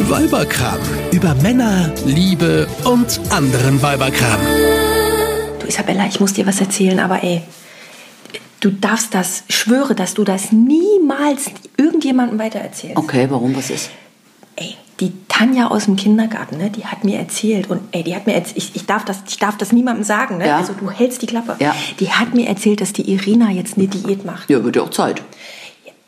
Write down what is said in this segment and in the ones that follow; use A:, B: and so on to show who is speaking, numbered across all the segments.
A: Weiberkram. Über Männer, Liebe und anderen Weiberkram.
B: Du Isabella, ich muss dir was erzählen, aber ey, du darfst das, schwöre, dass du das niemals irgendjemandem weitererzählst.
C: Okay, warum? Was ist?
B: Ey, die Tanja aus dem Kindergarten, ne, die hat mir erzählt und ey, die hat mir erz- ich, ich darf das ich darf das niemandem sagen, ne?
C: Ja.
B: Also du hältst die Klappe.
C: Ja.
B: Die hat mir erzählt, dass die Irina jetzt eine Diät macht.
C: Ja, wird ja auch Zeit.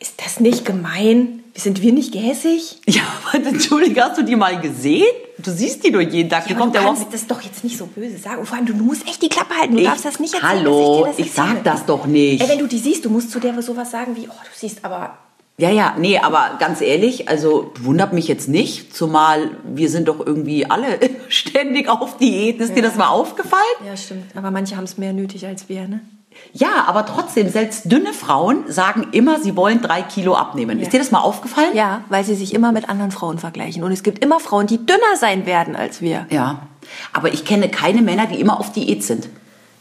B: Ist das nicht gemein? Sind wir nicht gehässig?
C: Ja, aber entschuldige, hast du die mal gesehen? Du siehst die doch jeden Tag. die
B: Ja, aber
C: kommt
B: du
C: ja auch.
B: kannst das doch jetzt nicht so böse sagen. Und vor allem, du musst echt die Klappe halten. Du
C: Ich-
B: darfst das nicht erzählen.
C: Hallo,
B: dass ich, dir das
C: ich sag
B: erzähle.
C: das doch nicht.
B: Ey, wenn du die siehst, du musst zu der sowas sagen wie, oh, du siehst aber...
C: Ja, ja, nee, aber ganz ehrlich, also wundert mich jetzt nicht, zumal wir sind doch irgendwie alle ständig auf Diäten. Ist dir das mal aufgefallen?
B: Ja, stimmt. Aber manche haben es mehr nötig als wir, ne?
C: Ja, aber trotzdem, selbst dünne Frauen sagen immer, sie wollen drei Kilo abnehmen. Ist dir das mal aufgefallen?
B: Ja, weil sie sich immer mit anderen Frauen vergleichen. Und es gibt immer Frauen, die dünner sein werden als wir.
C: Ja. Aber ich kenne keine Männer, die immer auf Diät sind.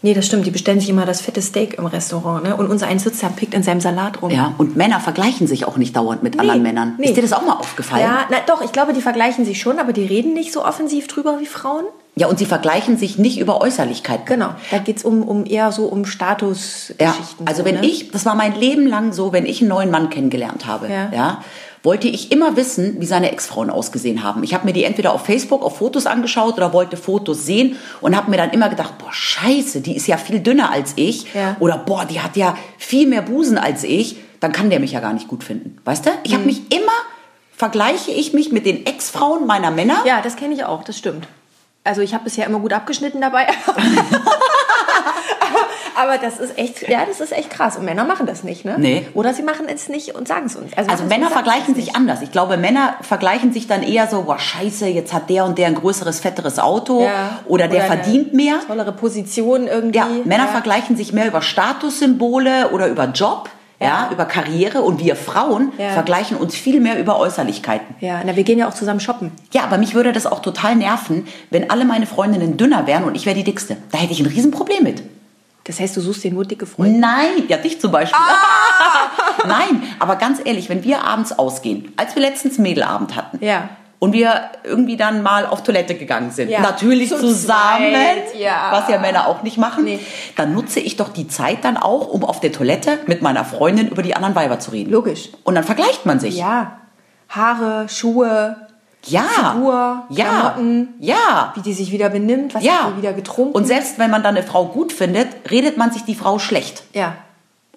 B: Nee, das stimmt. Die bestellen sich immer das fette Steak im Restaurant, ne? Und unser eins sitzt da und pickt in seinem Salat rum.
C: Ja. Und Männer vergleichen sich auch nicht dauernd mit anderen Männern.
B: nee.
C: Ist dir das auch mal aufgefallen?
B: Ja, na doch, ich glaube, die vergleichen sich schon, aber die reden nicht so offensiv drüber wie Frauen.
C: Ja, und sie vergleichen sich nicht über Äußerlichkeiten.
B: Genau, da geht es um, um eher so um Statusgeschichten.
C: Ja, also
B: so,
C: wenn
B: ne?
C: ich, das war mein Leben lang so, wenn ich einen neuen Mann kennengelernt habe,
B: Ja.
C: ja, wollte ich immer wissen, wie seine Ex-Frauen ausgesehen haben. Ich habe mir die entweder auf Facebook auf Fotos angeschaut oder wollte Fotos sehen und habe mir dann immer gedacht, boah, scheiße, die ist ja viel dünner als ich
B: Ja.
C: oder boah, die hat ja viel mehr Busen als ich, dann kann der mich ja gar nicht gut finden. Weißt du?
B: Hm.
C: Ich habe mich immer vergleiche ich mich mit den Ex-Frauen meiner Männer.
B: Ja, das kenne ich auch, das stimmt. Also ich habe bisher immer gut abgeschnitten dabei. Aber das ist echt, ja, das ist echt krass. Und Männer machen das nicht, ne?
C: Nee.
B: Oder sie machen es nicht und sagen es uns.
C: Also
B: machen es und
C: Männer
B: sagen es
C: vergleichen
B: uns
C: sich anders. Ich glaube, Männer vergleichen sich dann eher so, boah, scheiße, jetzt hat der und der ein größeres, fetteres Auto
B: Ja.
C: oder der
B: eine
C: verdient mehr.
B: Tollere Position irgendwie.
C: Ja, Männer vergleichen sich mehr über Statussymbole oder über Job, ja, über Karriere und wir Frauen
B: Ja.
C: vergleichen uns viel mehr über Äußerlichkeiten.
B: Ja, na, wir gehen ja auch zusammen shoppen.
C: Ja, aber mich würde das auch total nerven, wenn alle meine Freundinnen dünner wären und ich wäre die dickste. Da hätte ich ein Riesenproblem mit.
B: Das heißt, du suchst dir nur dicke Freunde.
C: Nein, ja, dich zum Beispiel.
B: Ah!
C: Nein, aber ganz ehrlich, wenn wir abends ausgehen, als wir letztens Mädelabend hatten
B: Ja.
C: und wir irgendwie dann mal auf Toilette gegangen sind,
B: Ja.
C: natürlich
B: Zu
C: zusammen,
B: zweit, ja.
C: was ja Männer auch nicht machen,
B: Nee.
C: dann nutze ich doch die Zeit dann auch, um auf der Toilette mit meiner Freundin über die anderen Weiber zu reden.
B: Logisch.
C: Und dann vergleicht man sich.
B: Ja. Haare, Schuhe,
C: ja.
B: Figur,
C: ja.
B: Klamotten.
C: Ja.
B: wie die sich wieder benimmt, was
C: Ja.
B: hat die wieder getrunken.
C: Und selbst wenn man dann eine Frau gut findet, redet man sich die Frau schlecht,
B: ja.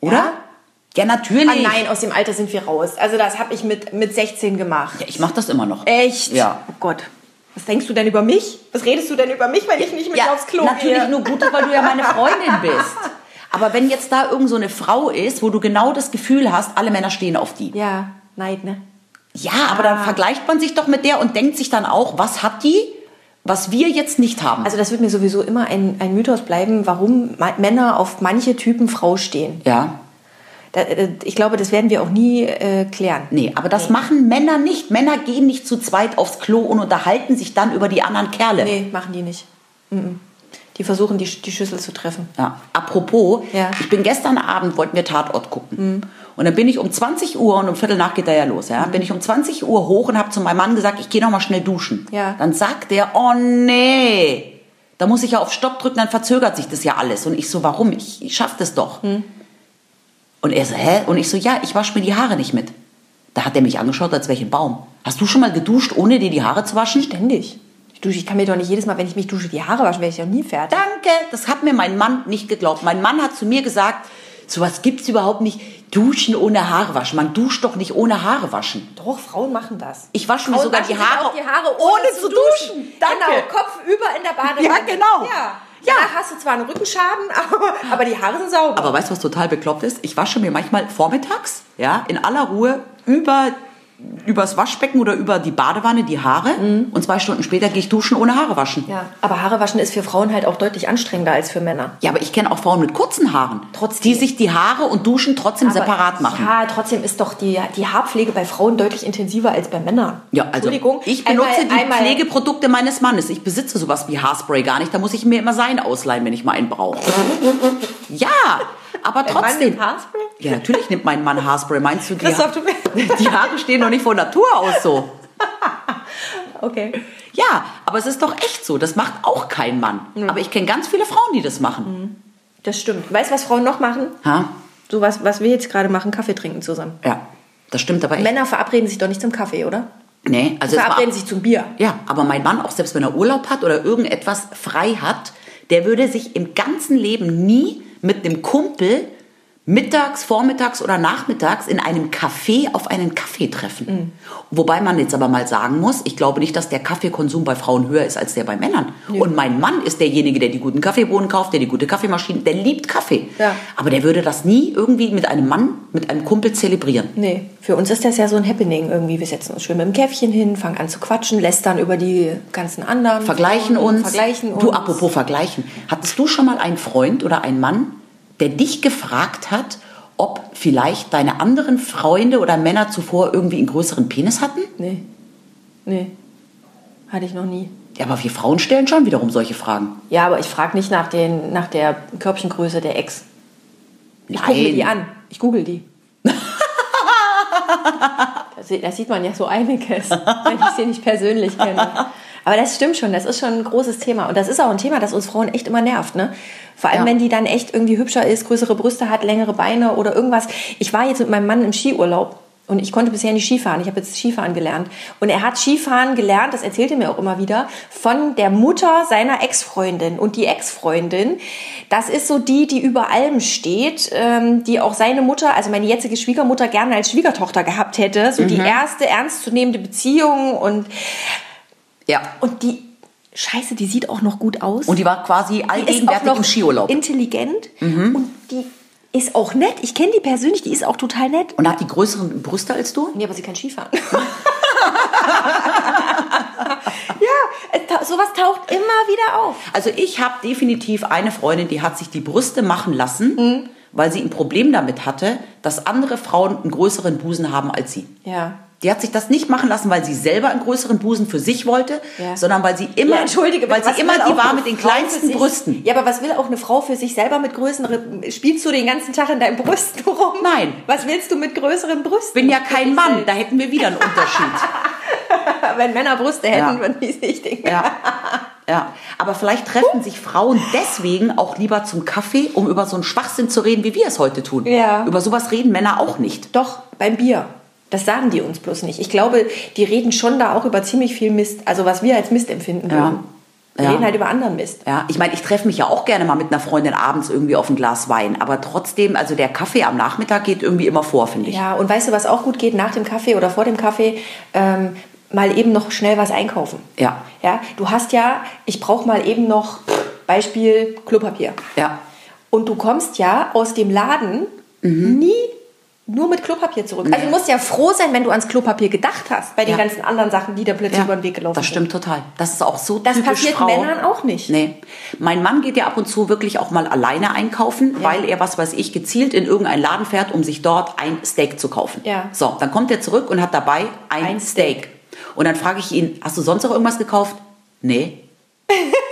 C: oder? Ja, natürlich.
B: Ah, nein, aus dem Alter sind wir raus. Also das habe ich mit, mit 16 gemacht.
C: Ich mache das immer noch.
B: Echt?
C: Ja.
B: Oh Gott. Was denkst du denn über mich? Was redest du denn über mich, wenn ich nicht mit dir aufs Klo
C: natürlich
B: gehe?
C: nur gut, weil du ja meine Freundin bist. Aber wenn jetzt da irgend so eine Frau ist, wo du genau das Gefühl hast, alle Männer stehen auf die.
B: Ja, Neid, ne?
C: Ja, aber
B: Ah.
C: dann vergleicht man sich doch mit der und denkt sich dann auch, was hat die, was wir jetzt nicht haben.
B: Also das wird mir sowieso immer ein, ein Mythos bleiben, warum ma- Männer auf manche Typen Frau stehen.
C: ja.
B: Da, äh, ich glaube, das werden wir auch nie äh, klären.
C: Nee, aber das machen Männer nicht. Männer gehen nicht zu zweit aufs Klo und unterhalten sich dann über die anderen Kerle.
B: Nee, machen die nicht. Mhm. Die versuchen, die, Sch- die Schüssel zu treffen.
C: Ja. Apropos,
B: Ja. Mhm.
C: ich bin gestern Abend, wollten wir Tatort gucken. Und dann bin ich um 20 Uhr und um Viertel nach geht er ja los. Ja? Bin ich um 20 Uhr hoch und habe zu meinem Mann gesagt, ich gehe noch mal schnell duschen.
B: Ja.
C: Dann sagt er, oh nee, da muss ich ja auf Stopp drücken, dann verzögert sich das ja alles. Und ich so, warum? Ich, ich schaff das doch.
B: Mhm.
C: Und er so, hä? Und ich so, ja, ich wasche mir die Haare nicht mit. Da hat er mich angeschaut, als wäre ich ein Baum. Hast du schon mal geduscht, ohne dir die Haare zu waschen?
B: Ständig. Ich, dusche, ich kann mir doch nicht jedes Mal, wenn ich mich dusche, die Haare waschen, wäre ich ja nie fertig.
C: Danke, das hat mir mein Mann nicht geglaubt. Mein Mann hat zu mir gesagt, sowas gibt's überhaupt nicht. Duschen ohne Haare waschen. Man duscht doch nicht ohne Haare waschen.
B: Doch, Frauen machen das.
C: Ich wasche mir
B: Frauen
C: sogar die
B: waschen sich
C: Haare,
B: auch die Haare ohne, zu duschen.
C: Danke.
B: Genau, Kopf über in der Badewanne.
C: Ja, genau.
B: Ja.
C: Ja.
B: Danach hast du zwar einen Rückenschaden, aber, aber die Haare sind sauber.
C: Aber weißt du, was total bekloppt ist? Ich wasche mir manchmal vormittags, ja, in aller Ruhe über übers Waschbecken oder über die Badewanne die Haare und zwei Stunden später gehe ich duschen ohne Haare waschen.
B: Mhm. ja. aber Haare waschen ist für Frauen halt auch deutlich anstrengender als für Männer.
C: Ja, aber ich kenne auch Frauen mit kurzen Haaren,
B: Trotzdem.
C: die sich die Haare und Duschen trotzdem separat
B: Aber-
C: machen.
B: Ja, trotzdem ist doch die, die Haarpflege bei Frauen deutlich intensiver als bei Männern.
C: Ja, also
B: Entschuldigung.
C: ich benutze
B: einmal,
C: die
B: einmal,
C: Pflegeprodukte meines Mannes. Ich besitze sowas wie Haarspray gar nicht. Da muss ich mir immer sein ausleihen, wenn ich mal einen brauche. ja, aber
B: Dein Mann
C: trotzdem.
B: nimmt Haarspray?
C: Ja, natürlich nimmt mein Mann Haarspray. Meinst du, die,
B: Christoph, du-
C: die Haare stehen doch nicht von Natur aus so.
B: okay.
C: Ja, aber es ist doch echt so. Das macht auch kein Mann. Aber ich kenne ganz viele Frauen, die das machen.
B: Das stimmt. Weißt du, was Frauen noch machen?
C: Ha?
B: So was, was wir jetzt gerade machen, Kaffee trinken zusammen.
C: Ja, das stimmt aber echt.
B: Männer verabreden sich doch nicht zum Kaffee, oder?
C: nee, also jetzt mal ab-
B: Verabreden sich zum Bier.
C: Ja, aber mein Mann, auch selbst wenn er Urlaub hat oder irgendetwas frei hat, der würde sich im ganzen Leben nie mit einem Kumpel mittags, vormittags oder nachmittags in einem Café auf einen Kaffee treffen. Wobei man jetzt aber mal sagen muss, ich glaube nicht, dass der Kaffeekonsum bei Frauen höher ist als der bei Männern. Und mein Mann ist derjenige, der die guten Kaffeebohnen kauft, der die gute Kaffeemaschine, der liebt Kaffee.
B: Ja.
C: Aber der würde das nie irgendwie mit einem Mann, mit einem Kumpel zelebrieren.
B: Nee, für uns ist das ja so ein Happening irgendwie. Wir setzen uns schön mit dem Käffchen hin, fangen an zu quatschen, lästern über die ganzen anderen.
C: vergleichen
B: Frauen,
C: uns.
B: Vergleichen uns.
C: Du, apropos vergleichen. Hattest du schon mal einen Freund oder einen Mann, der dich gefragt hat, ob vielleicht deine anderen Freunde oder Männer zuvor irgendwie einen größeren Penis hatten?
B: Nee. Nee. Hatte ich noch nie.
C: Ja, aber wir Frauen stellen schon wiederum solche Fragen.
B: Ja, aber ich frage nicht nach, den, nach der Körbchengröße der Ex. Ich google die an. Ich google die. das, sieht- das sieht man ja so einiges, wenn ich sie nicht persönlich kenne. Aber das stimmt schon, das ist schon ein großes Thema. Und das ist auch ein Thema, das uns Frauen echt immer nervt. Ne? Vor allem,
C: Ja.
B: wenn die dann echt irgendwie hübscher ist, größere Brüste hat, längere Beine oder irgendwas. Ich war jetzt mit meinem Mann im Skiurlaub und ich konnte bisher nicht Skifahren. Ich habe jetzt Skifahren gelernt. Und er hat Skifahren gelernt, das erzählt er mir auch immer wieder, von der Mutter seiner Ex-Freundin. Und die Ex-Freundin, das ist so die, die über allem steht, ähm, die auch seine Mutter, also meine jetzige Schwiegermutter, gerne als Schwiegertochter gehabt hätte. So die
C: Mhm.
B: erste ernstzunehmende Beziehung und,
C: Ja.
B: und die, scheiße, die sieht auch noch gut aus.
C: Und die war quasi
B: Die ist auch
C: allgegenwärtig
B: noch
C: im Skiurlaub. Mhm.
B: intelligent und die ist auch nett. Ich kenne die persönlich, die ist auch total nett.
C: Und hat die größeren Brüste als du?
B: Nee, aber sie kann Skifahren. ja, es ta- sowas taucht immer wieder auf.
C: Also ich habe definitiv eine Freundin, die hat sich die Brüste machen lassen, weil sie ein Problem damit hatte, dass andere Frauen einen größeren Busen haben als sie.
B: Ja.
C: Die hat sich das nicht machen lassen, weil sie selber einen größeren Busen für sich wollte,
B: Ja.
C: sondern weil sie immer,
B: ja, entschuldige,
C: weil
B: was
C: sie immer
B: will auch
C: die war
B: eine
C: mit den
B: Frau für
C: kleinsten
B: sich-
C: Brüsten.
B: Ja, aber was will auch eine Frau für sich selber mit größeren? äh, Spielst du den ganzen Tag in deinen Brüsten rum?
C: Nein.
B: Was willst du mit größeren Brüsten?
C: Bin ja kein Mann, da hätten wir wieder einen Unterschied.
B: Wenn Männer Brüste hätten,
C: Ja.
B: würden die sich denken.
C: ja. ja. Aber vielleicht treffen sich Frauen deswegen auch lieber zum Kaffee, um über so einen Schwachsinn zu reden, wie wir es heute tun.
B: Ja.
C: Über sowas reden Männer auch nicht.
B: Doch, beim Bier. Das sagen die uns bloß nicht. Ich glaube, die reden schon da auch über ziemlich viel Mist, also was wir als Mist empfinden
C: Ja.
B: würden. Die
C: Ja.
B: reden halt über anderen Mist.
C: Ja, ich meine, ich treffe mich ja auch gerne mal mit einer Freundin abends irgendwie auf ein Glas Wein, aber trotzdem, also der Kaffee am Nachmittag geht irgendwie immer vor, finde ich.
B: Ja, und weißt du, was auch gut geht nach dem Kaffee oder vor dem Kaffee? Ähm, mal eben noch schnell was einkaufen.
C: Ja.
B: Ja, du hast ja, ich brauche mal eben noch Beispiel Klopapier.
C: Ja.
B: Und du kommst ja aus dem Laden
C: Mhm.
B: nie nur mit Klopapier zurück. Also du musst ja froh sein, wenn du ans Klopapier gedacht hast, bei den
C: Ja.
B: ganzen anderen Sachen, die da plötzlich über den Weg gelaufen
C: das
B: sind.
C: stimmt total. Das ist auch so
B: Das
C: typisch
B: passiert
C: Frau.
B: Männern auch nicht.
C: Nee. Mein Mann geht ja ab und zu wirklich auch mal alleine einkaufen, weil er, was weiß ich, gezielt in irgendeinen Laden fährt, um sich dort ein Steak zu kaufen.
B: Ja.
C: So, dann kommt er zurück und hat dabei ein,
B: Ein
C: Steak. Und dann frage ich ihn, hast du sonst noch irgendwas gekauft? Nee.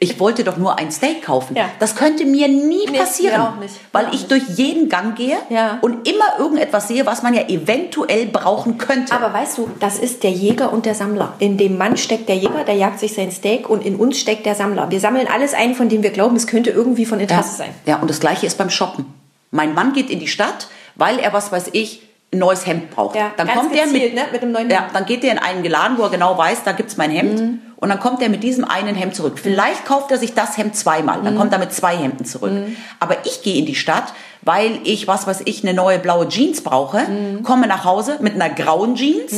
C: Ich wollte doch nur ein Steak kaufen.
B: Ja.
C: Das könnte mir nie
B: Nee,
C: passieren,
B: mir auch nicht.
C: weil
B: Mir auch
C: ich durch jeden Gang gehe
B: Ja.
C: und immer irgendetwas sehe, was man ja eventuell brauchen könnte.
B: Aber weißt du, das ist der Jäger und der Sammler. In dem Mann steckt der Jäger, der jagt sich sein Steak und in uns steckt der Sammler. Wir sammeln alles ein, von dem wir glauben, es könnte irgendwie von
C: Ja.
B: Interesse sein.
C: Ja, und das Gleiche ist beim Shoppen. Mein Mann geht in die Stadt, weil er, was weiß ich, ein neues Hemd braucht.
B: Ja,
C: dann
B: ganz
C: kommt
B: gezielt,
C: er mit,
B: ne, mit einem neuen
C: ja,
B: Hemd. Mhm.
C: dann geht er in einen Laden, wo er genau weiß, da gibt's mein Hemd. Und dann kommt er mit diesem einen Hemd zurück. Vielleicht kauft er sich das Hemd zweimal,
B: Mhm.
C: dann kommt er mit zwei Hemden zurück. Aber ich gehe in die Stadt, weil ich, was weiß ich, eine neue blaue Jeans brauche,
B: Mhm.
C: komme nach Hause mit einer grauen Jeans,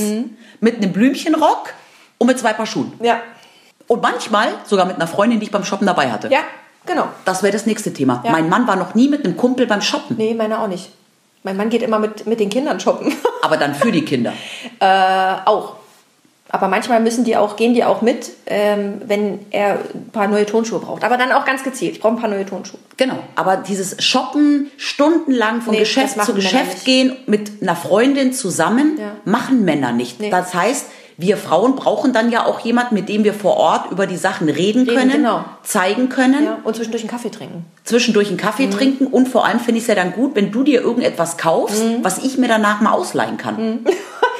C: mit einem Blümchenrock und mit zwei Paar Schuhen.
B: Ja.
C: Und manchmal sogar mit einer Freundin, die ich beim Shoppen dabei hatte.
B: Ja, genau.
C: Das wäre das nächste Thema.
B: Ja.
C: Mein Mann war noch nie mit einem Kumpel beim Shoppen,
B: Nee, meine auch nicht. Mein Mann geht immer mit, mit den Kindern shoppen.
C: aber dann für die Kinder.
B: Äh, auch. Aber manchmal müssen die auch, gehen die auch mit, ähm, wenn er ein paar neue Tonschuhe braucht. Aber dann auch ganz gezielt. Ich brauche ein paar neue Tonschuhe.
C: Genau. Aber dieses Shoppen stundenlang von
B: Nee, das
C: Geschäft
B: machen
C: zu
B: Männer
C: Geschäft
B: nicht.
C: gehen mit einer Freundin zusammen,
B: Ja.
C: machen Männer nicht.
B: Nee.
C: Das heißt, wir Frauen brauchen dann ja auch jemanden, mit dem wir vor Ort über die Sachen reden,
B: Reden,
C: können,
B: genau.
C: zeigen können,
B: Ja. Mhm. Und zwischendurch einen Kaffee trinken.
C: zwischendurch einen Kaffee trinken und
B: Mhm.
C: vor allem finde ich es ja dann gut, wenn du dir irgendetwas kaufst, was ich mir danach mal ausleihen kann.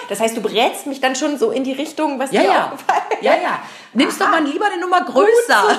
B: Das heißt, du brätst mich dann schon so in die Richtung, was
C: Ja,
B: dir
C: ja.
B: aufgefallen
C: Ja, ja. Nimm's doch mal lieber eine Nummer größer.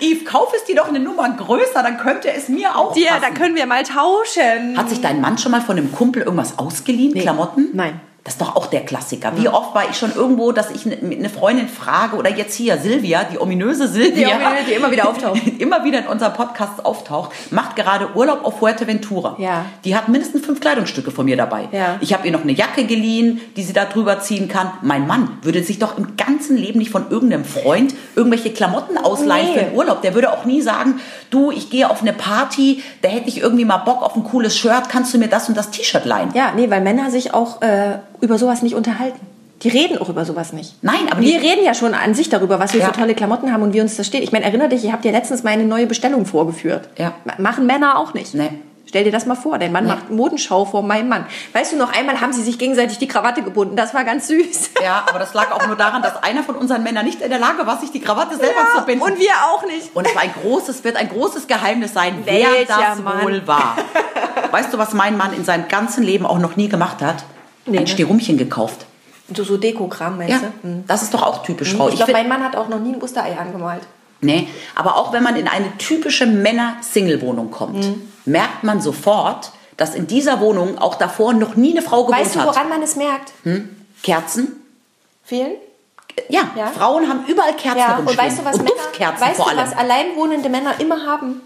C: Yves, kauf es dir doch eine Nummer größer, dann könnte es mir auch
B: Dir, da
C: passen.
B: können wir mal tauschen.
C: Hat sich dein Mann schon mal von einem Kumpel irgendwas ausgeliehen? Klamotten?
B: Nein.
C: Das ist doch auch der Klassiker. Wie oft war ich schon irgendwo, dass ich eine eine Freundin frage oder jetzt hier Silvia, die ominöse Silvia,
B: Die ominöse, die immer wieder auftaucht.
C: immer wieder in unserem Podcast auftaucht, macht gerade Urlaub auf Fuerteventura.
B: Ja.
C: Die hat mindestens fünf Kleidungsstücke von mir dabei.
B: Ja.
C: Ich habe ihr noch eine Jacke geliehen, die sie da drüber ziehen kann. Mein Mann würde sich doch im ganzen Leben nicht von irgendeinem Freund irgendwelche Klamotten ausleihen
B: Nee.
C: für den Urlaub. Der würde auch nie sagen, du, ich gehe auf eine Party, da hätte ich irgendwie mal Bock auf ein cooles Shirt, kannst du mir das und das T-Shirt leihen?
B: Ja, nee, weil Männer sich auch äh, über sowas nicht unterhalten. Die reden auch über sowas nicht.
C: Nein, aber
B: wir
C: die-
B: reden ja schon an sich darüber, was wir
C: Ja.
B: für tolle Klamotten haben und wie uns das steht. Ich meine, erinnere dich, ich habe dir letztens meine neue Bestellung vorgeführt.
C: Ja.
B: M- Machen Männer auch nicht.
C: Nee.
B: Stell dir das mal vor, dein Mann macht Modenschau vor meinem Mann. Weißt du, noch einmal haben sie sich gegenseitig die Krawatte gebunden. Das war ganz süß.
C: Ja, aber das lag auch nur daran, dass einer von unseren Männern nicht in der Lage war, sich die Krawatte selber
B: Ja,
C: zu binden.
B: und wir auch nicht.
C: Und es war ein großes, wird ein großes Geheimnis sein, wer
B: Welcher
C: das
B: Mann?
C: wohl war. Weißt du, was mein Mann in seinem ganzen Leben auch noch nie gemacht hat?
B: Nee,
C: ein
B: ne?
C: Stirumchen gekauft.
B: So, so Dekokram, meinst
C: Ja,
B: du? Mhm.
C: das ist doch auch typisch, Frau.
B: Ich
C: find-
B: glaube, mein Mann hat auch noch nie ein Osterei angemalt.
C: Nee, Ne? aber auch wenn man in eine typische Männer-Single-Wohnung kommt,
B: Mhm.
C: merkt man sofort, dass in dieser Wohnung auch davor noch nie eine Frau gewohnt
B: Weißt du,
C: hat.
B: woran man es merkt?
C: Kerzen?
B: Fehlen?
C: Ja,
B: Ja.
C: Frauen haben überall Kerzen
B: Ja, und
C: rumstehen.
B: weißt du, was
C: und
B: Männer,
C: Duftkerzen
B: weißt
C: vor
B: du,
C: allem. Hm?
B: was alleinwohnende Männer immer haben?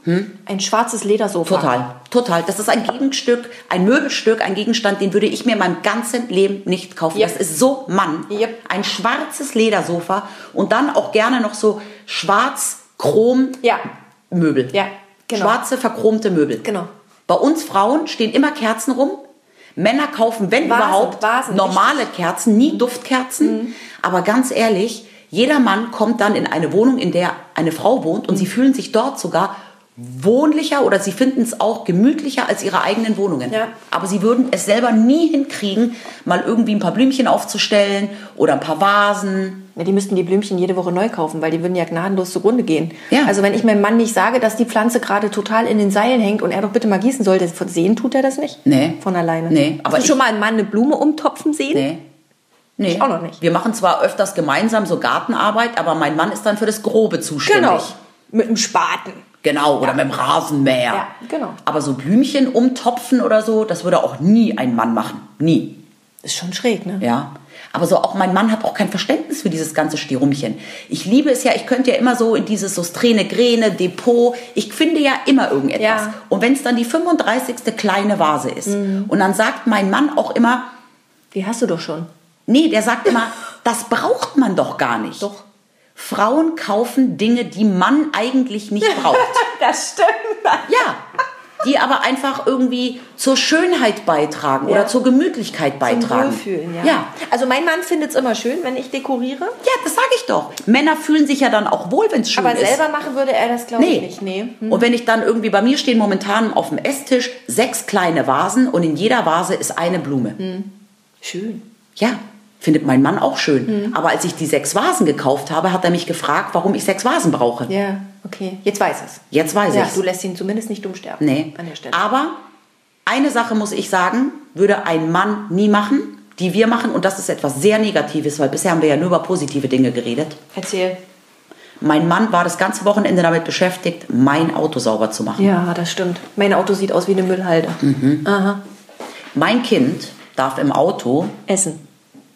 B: Ein schwarzes Ledersofa.
C: Total, total. Das ist ein Gegenstück, ein Möbelstück, ein Gegenstand, den würde ich mir in meinem ganzen Leben nicht kaufen.
B: Yep.
C: Das ist so Mann.
B: Yep.
C: Ein schwarzes Ledersofa und dann auch gerne noch so schwarz-chrom
B: Ja.
C: Möbel.
B: Ja, genau.
C: Schwarze, verchromte Möbel.
B: Genau.
C: Bei uns Frauen stehen immer Kerzen rum. Männer kaufen, wenn
B: Vasen,
C: überhaupt,
B: Vasen,
C: normale Kerzen, nie Duftkerzen.
B: Mhm.
C: Aber ganz ehrlich, jeder Mann kommt dann in eine Wohnung, in der eine Frau wohnt und sie
B: Mhm.
C: fühlen sich dort sogar wohnlicher oder sie finden es auch gemütlicher als ihre eigenen Wohnungen.
B: Ja.
C: Aber sie würden es selber nie hinkriegen, mal irgendwie ein paar Blümchen aufzustellen oder ein paar Vasen.
B: Ja, die müssten die Blümchen jede Woche neu kaufen, weil die würden ja gnadenlos zugrunde gehen.
C: Ja.
B: Also wenn ich meinem Mann nicht sage, dass die Pflanze gerade total in den Seilen hängt und er doch bitte mal gießen sollte, von sehen tut er das nicht?
C: Nee.
B: Von alleine.
C: Nee, aber
B: Hast
C: ich-
B: du schon mal einen Mann eine Blume umtopfen sehen?
C: Nee. Nee.
B: Ich auch noch nicht.
C: Wir machen zwar öfters gemeinsam so Gartenarbeit, aber mein Mann ist dann für das Grobe zuständig.
B: Genau. Mit einem Spaten.
C: Genau, oder mit dem Rasenmäher.
B: Ja, genau.
C: Aber so Blümchen umtopfen oder so, das würde auch nie ein Mann machen. Nie.
B: Ist schon schräg, ne?
C: Ja. Aber so auch mein Mann hat auch kein Verständnis für dieses ganze Stirumchen. Ich liebe es ja, ich könnte ja immer so in dieses so Strähne, Gräne, Depot, ich finde ja immer irgendetwas.
B: Ja. Mhm.
C: Und wenn es dann die 35. kleine Vase ist und dann sagt mein Mann auch immer,
B: Die hast du doch schon.
C: Nee, der sagt immer, das braucht man doch gar nicht.
B: Doch.
C: Frauen kaufen Dinge, die man eigentlich nicht braucht.
B: Das stimmt.
C: ja. Die aber einfach irgendwie zur Schönheit beitragen
B: Ja.
C: oder zur Gemütlichkeit beitragen.
B: Wohlfühlen, ja.
C: ja.
B: Also mein Mann findet es immer schön, wenn ich dekoriere.
C: Ja, das sage ich doch. Männer fühlen sich ja dann auch wohl, wenn es schön
B: Aber
C: ist.
B: selber machen würde er das, glaube ich, nicht. Nee. Hm.
C: Und wenn ich dann irgendwie, bei mir stehen momentan auf dem Esstisch sechs kleine Vasen und in jeder Vase ist eine Blume.
B: Hm. Schön.
C: Ja, findet mein Mann auch schön.
B: Hm.
C: Aber als ich die sechs Vasen gekauft habe, hat er mich gefragt, warum ich sechs Vasen brauche.
B: Ja, okay. Jetzt weiß es.
C: Jetzt weiß
B: Ja, Ah.
C: ich's.
B: du lässt ihn zumindest nicht dumm sterben.
C: Nee.
B: An der Stelle.
C: Aber eine Sache muss ich sagen, würde ein Mann nie machen, die wir machen. Und das ist etwas sehr Negatives, weil bisher haben wir ja nur über positive Dinge geredet.
B: Erzähl.
C: Mein Mann war das ganze Wochenende damit beschäftigt, mein Auto sauber zu machen.
B: Ja, das stimmt. Mein Auto sieht aus wie eine Müllhalde. Aha.
C: Mein Kind darf im Auto
B: Essen.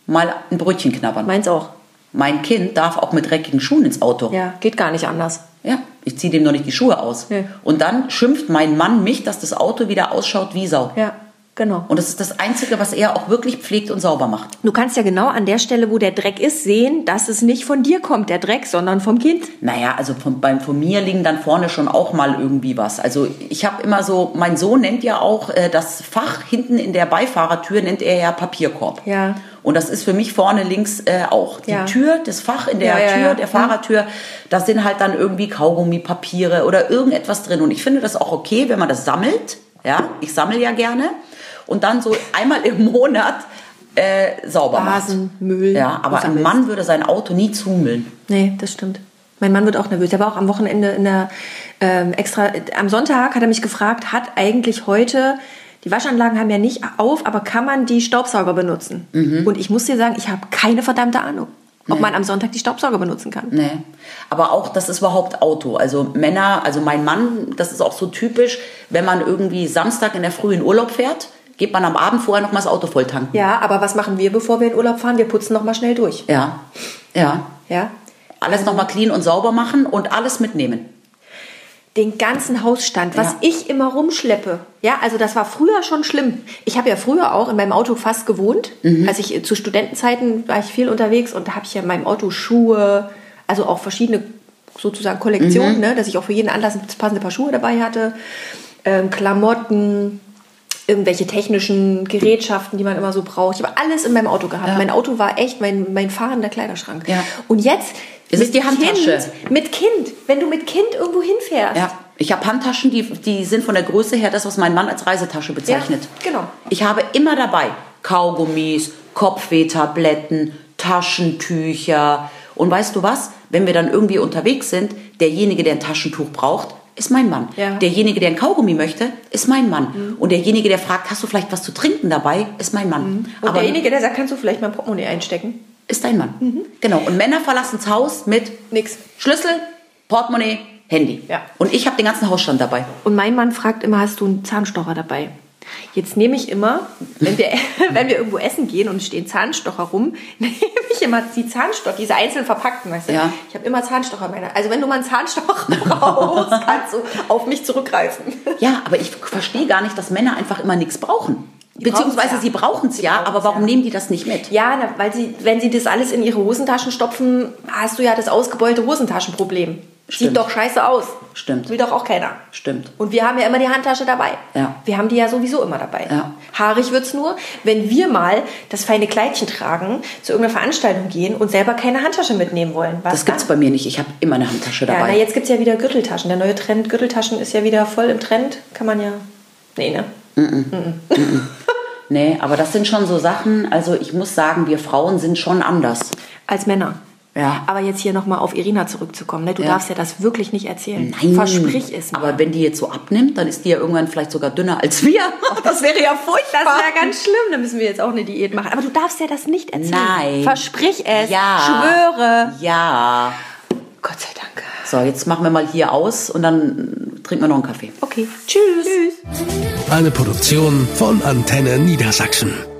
C: mal ein Brötchen knabbern.
B: Meins auch.
C: Mein Kind darf auch mit dreckigen Schuhen ins Auto.
B: Ja, geht gar nicht anders.
C: Ja, ich ziehe dem noch nicht die Schuhe aus.
B: Nee.
C: Und dann schimpft mein Mann mich, dass das Auto wieder ausschaut wie Sau.
B: Ja, genau.
C: Und das ist das Einzige, was er auch wirklich pflegt und sauber macht.
B: Du kannst ja genau an der Stelle, wo der Dreck ist, sehen, dass es nicht von dir kommt, der Dreck, sondern vom Kind.
C: Naja, also von, beim, von mir liegen dann vorne schon auch mal irgendwie was. Also ich habe immer so, mein Sohn nennt ja auch äh, das Fach hinten in der Beifahrertür, nennt er ja Papierkorb.
B: Ja.
C: Und das ist für mich vorne links äh, auch. Die
B: Ja.
C: Tür, das Fach in
B: Ja,
C: der
B: ja,
C: Tür,
B: ja.
C: der Fahrertür, da sind halt dann irgendwie Kaugummi, Papiere oder irgendetwas drin. Und ich finde das auch okay, wenn man das sammelt. Ja, ich sammle ja gerne. Und dann so einmal im Monat äh, sauber macht.
B: Vasen, Müll,
C: Ja, aber
B: du
C: ein
B: sammelst.
C: Mann würde sein Auto nie zumüllen.
B: Nee, das stimmt. Mein Mann wird auch nervös. Er war auch am Wochenende in der ähm, extra. Am Sonntag hat er mich gefragt, hat eigentlich heute Die Waschanlagen haben ja nicht auf, aber kann man die Staubsauger benutzen? Und ich muss dir sagen, ich habe keine verdammte Ahnung, ob man am Sonntag die Staubsauger benutzen kann.
C: Nee. Ne. Aber auch das ist überhaupt Auto. Also Männer, also mein Mann, das ist auch so typisch, wenn man irgendwie Samstag in der Früh in Urlaub fährt, geht man am Abend vorher nochmal das Auto voll tanken.
B: Ja, aber was machen wir, bevor wir in Urlaub fahren? Wir putzen noch mal schnell durch.
C: Ja. Ja.
B: Ja?
C: Alles nochmal clean und sauber machen und alles mitnehmen.
B: Den ganzen Hausstand, was
C: Ja.
B: ich immer rumschleppe. Ja, also das war früher schon schlimm. Ich habe ja früher auch in meinem Auto fast gewohnt.
C: Mhm.
B: Als ich äh, zu Studentenzeiten war ich viel unterwegs und da habe ich ja in meinem Auto Schuhe, also auch verschiedene sozusagen Kollektionen,
C: Mhm.
B: ne, dass ich auch für jeden Anlass ein passende Paar Schuhe dabei hatte, ähm, Klamotten, irgendwelche technischen Gerätschaften, die man immer so braucht. Ich habe alles in meinem Auto gehabt.
C: Ja.
B: Mein Auto war echt mein, mein fahrender Kleiderschrank.
C: Ja.
B: Und jetzt
C: Es ist die Handtasche.
B: Kind, mit Kind, wenn du mit Kind irgendwo hinfährst.
C: Ja. Ich habe Handtaschen, die, die sind von der Größe her das, was mein Mann als Reisetasche bezeichnet.
B: Ja, genau.
C: Ich habe immer dabei Kaugummis, Kopfwehtabletten, Taschentücher. Und weißt du was? Wenn wir dann irgendwie unterwegs sind, derjenige, der ein Taschentuch braucht, ist mein Mann.
B: Ja. Mhm.
C: Derjenige, der ein Kaugummi möchte, ist mein Mann. Und derjenige, der fragt, hast du vielleicht was zu trinken dabei, ist mein Mann.
B: Mhm. Und derjenige, Mhm. der sagt, kannst du vielleicht mein Portemonnaie einstecken?
C: ist dein Mann. Genau. Und Männer verlassen das Haus mit
B: Nix.
C: Schlüssel, Portemonnaie, Handy.
B: Ja.
C: Und ich habe den ganzen Hausstand dabei.
B: Und mein Mann fragt immer, hast du einen Zahnstocher dabei? Jetzt nehme ich immer, wenn wir, wenn wir irgendwo essen gehen und es stehen Zahnstocher rum, nehme ich immer die Zahnstocher, diese einzeln verpackten, weißt du?
C: Ja.
B: Ich habe immer Zahnstocher meiner. Also wenn du mal einen Zahnstocher brauchst, kannst du auf mich zurückgreifen.
C: Ja, aber ich verstehe gar nicht, dass Männer einfach immer nichts brauchen.
B: brauchen's
C: Beziehungsweise
B: ja.
C: sie brauchen es ja, aber warum nehmen die das nicht mit?
B: Ja, na, weil sie, wenn sie das alles in ihre Hosentaschen stopfen, hast du ja das ausgebeulte Hosentaschenproblem. Sieht
C: Stimmt.
B: doch scheiße aus.
C: Stimmt.
B: Will doch auch keiner.
C: Stimmt.
B: Und wir haben ja immer die Handtasche dabei.
C: Ja.
B: Wir haben die ja sowieso immer dabei.
C: Ja.
B: Haarig wird's nur, wenn wir mal das feine Kleidchen tragen, zu irgendeiner Veranstaltung gehen und selber keine Handtasche mitnehmen wollen. Was
C: Das gibt's bei mir nicht. Ich habe immer eine Handtasche
B: dann? Ja, na,
C: dabei.
B: jetzt gibt's ja wieder Gürteltaschen. Der neue Trend Gürteltaschen ist ja wieder voll im Trend. Kann man ja. Nee, ne?
C: nee, aber das sind schon so Sachen, also ich muss sagen, wir Frauen sind schon anders.
B: Als Männer.
C: Ja.
B: Aber jetzt hier nochmal auf Irina zurückzukommen. Ne? Du
C: Ja.
B: darfst ja das wirklich nicht erzählen. Versprich es mir.
C: Aber wenn die jetzt so abnimmt, dann ist die ja irgendwann vielleicht sogar dünner als wir. das wäre ja furchtbar.
B: Das wäre ganz schlimm, dann müssen wir jetzt auch eine Diät machen. Aber du darfst ja das nicht erzählen.
C: Nein.
B: Versprich es.
C: Ja.
B: Schwöre.
C: Ja.
B: Gott sei Dank.
C: So, jetzt machen wir mal hier aus und dann trinken wir noch einen Kaffee.
B: Okay. Tschüss. Tschüss.
A: Eine Produktion von Antenne Niedersachsen.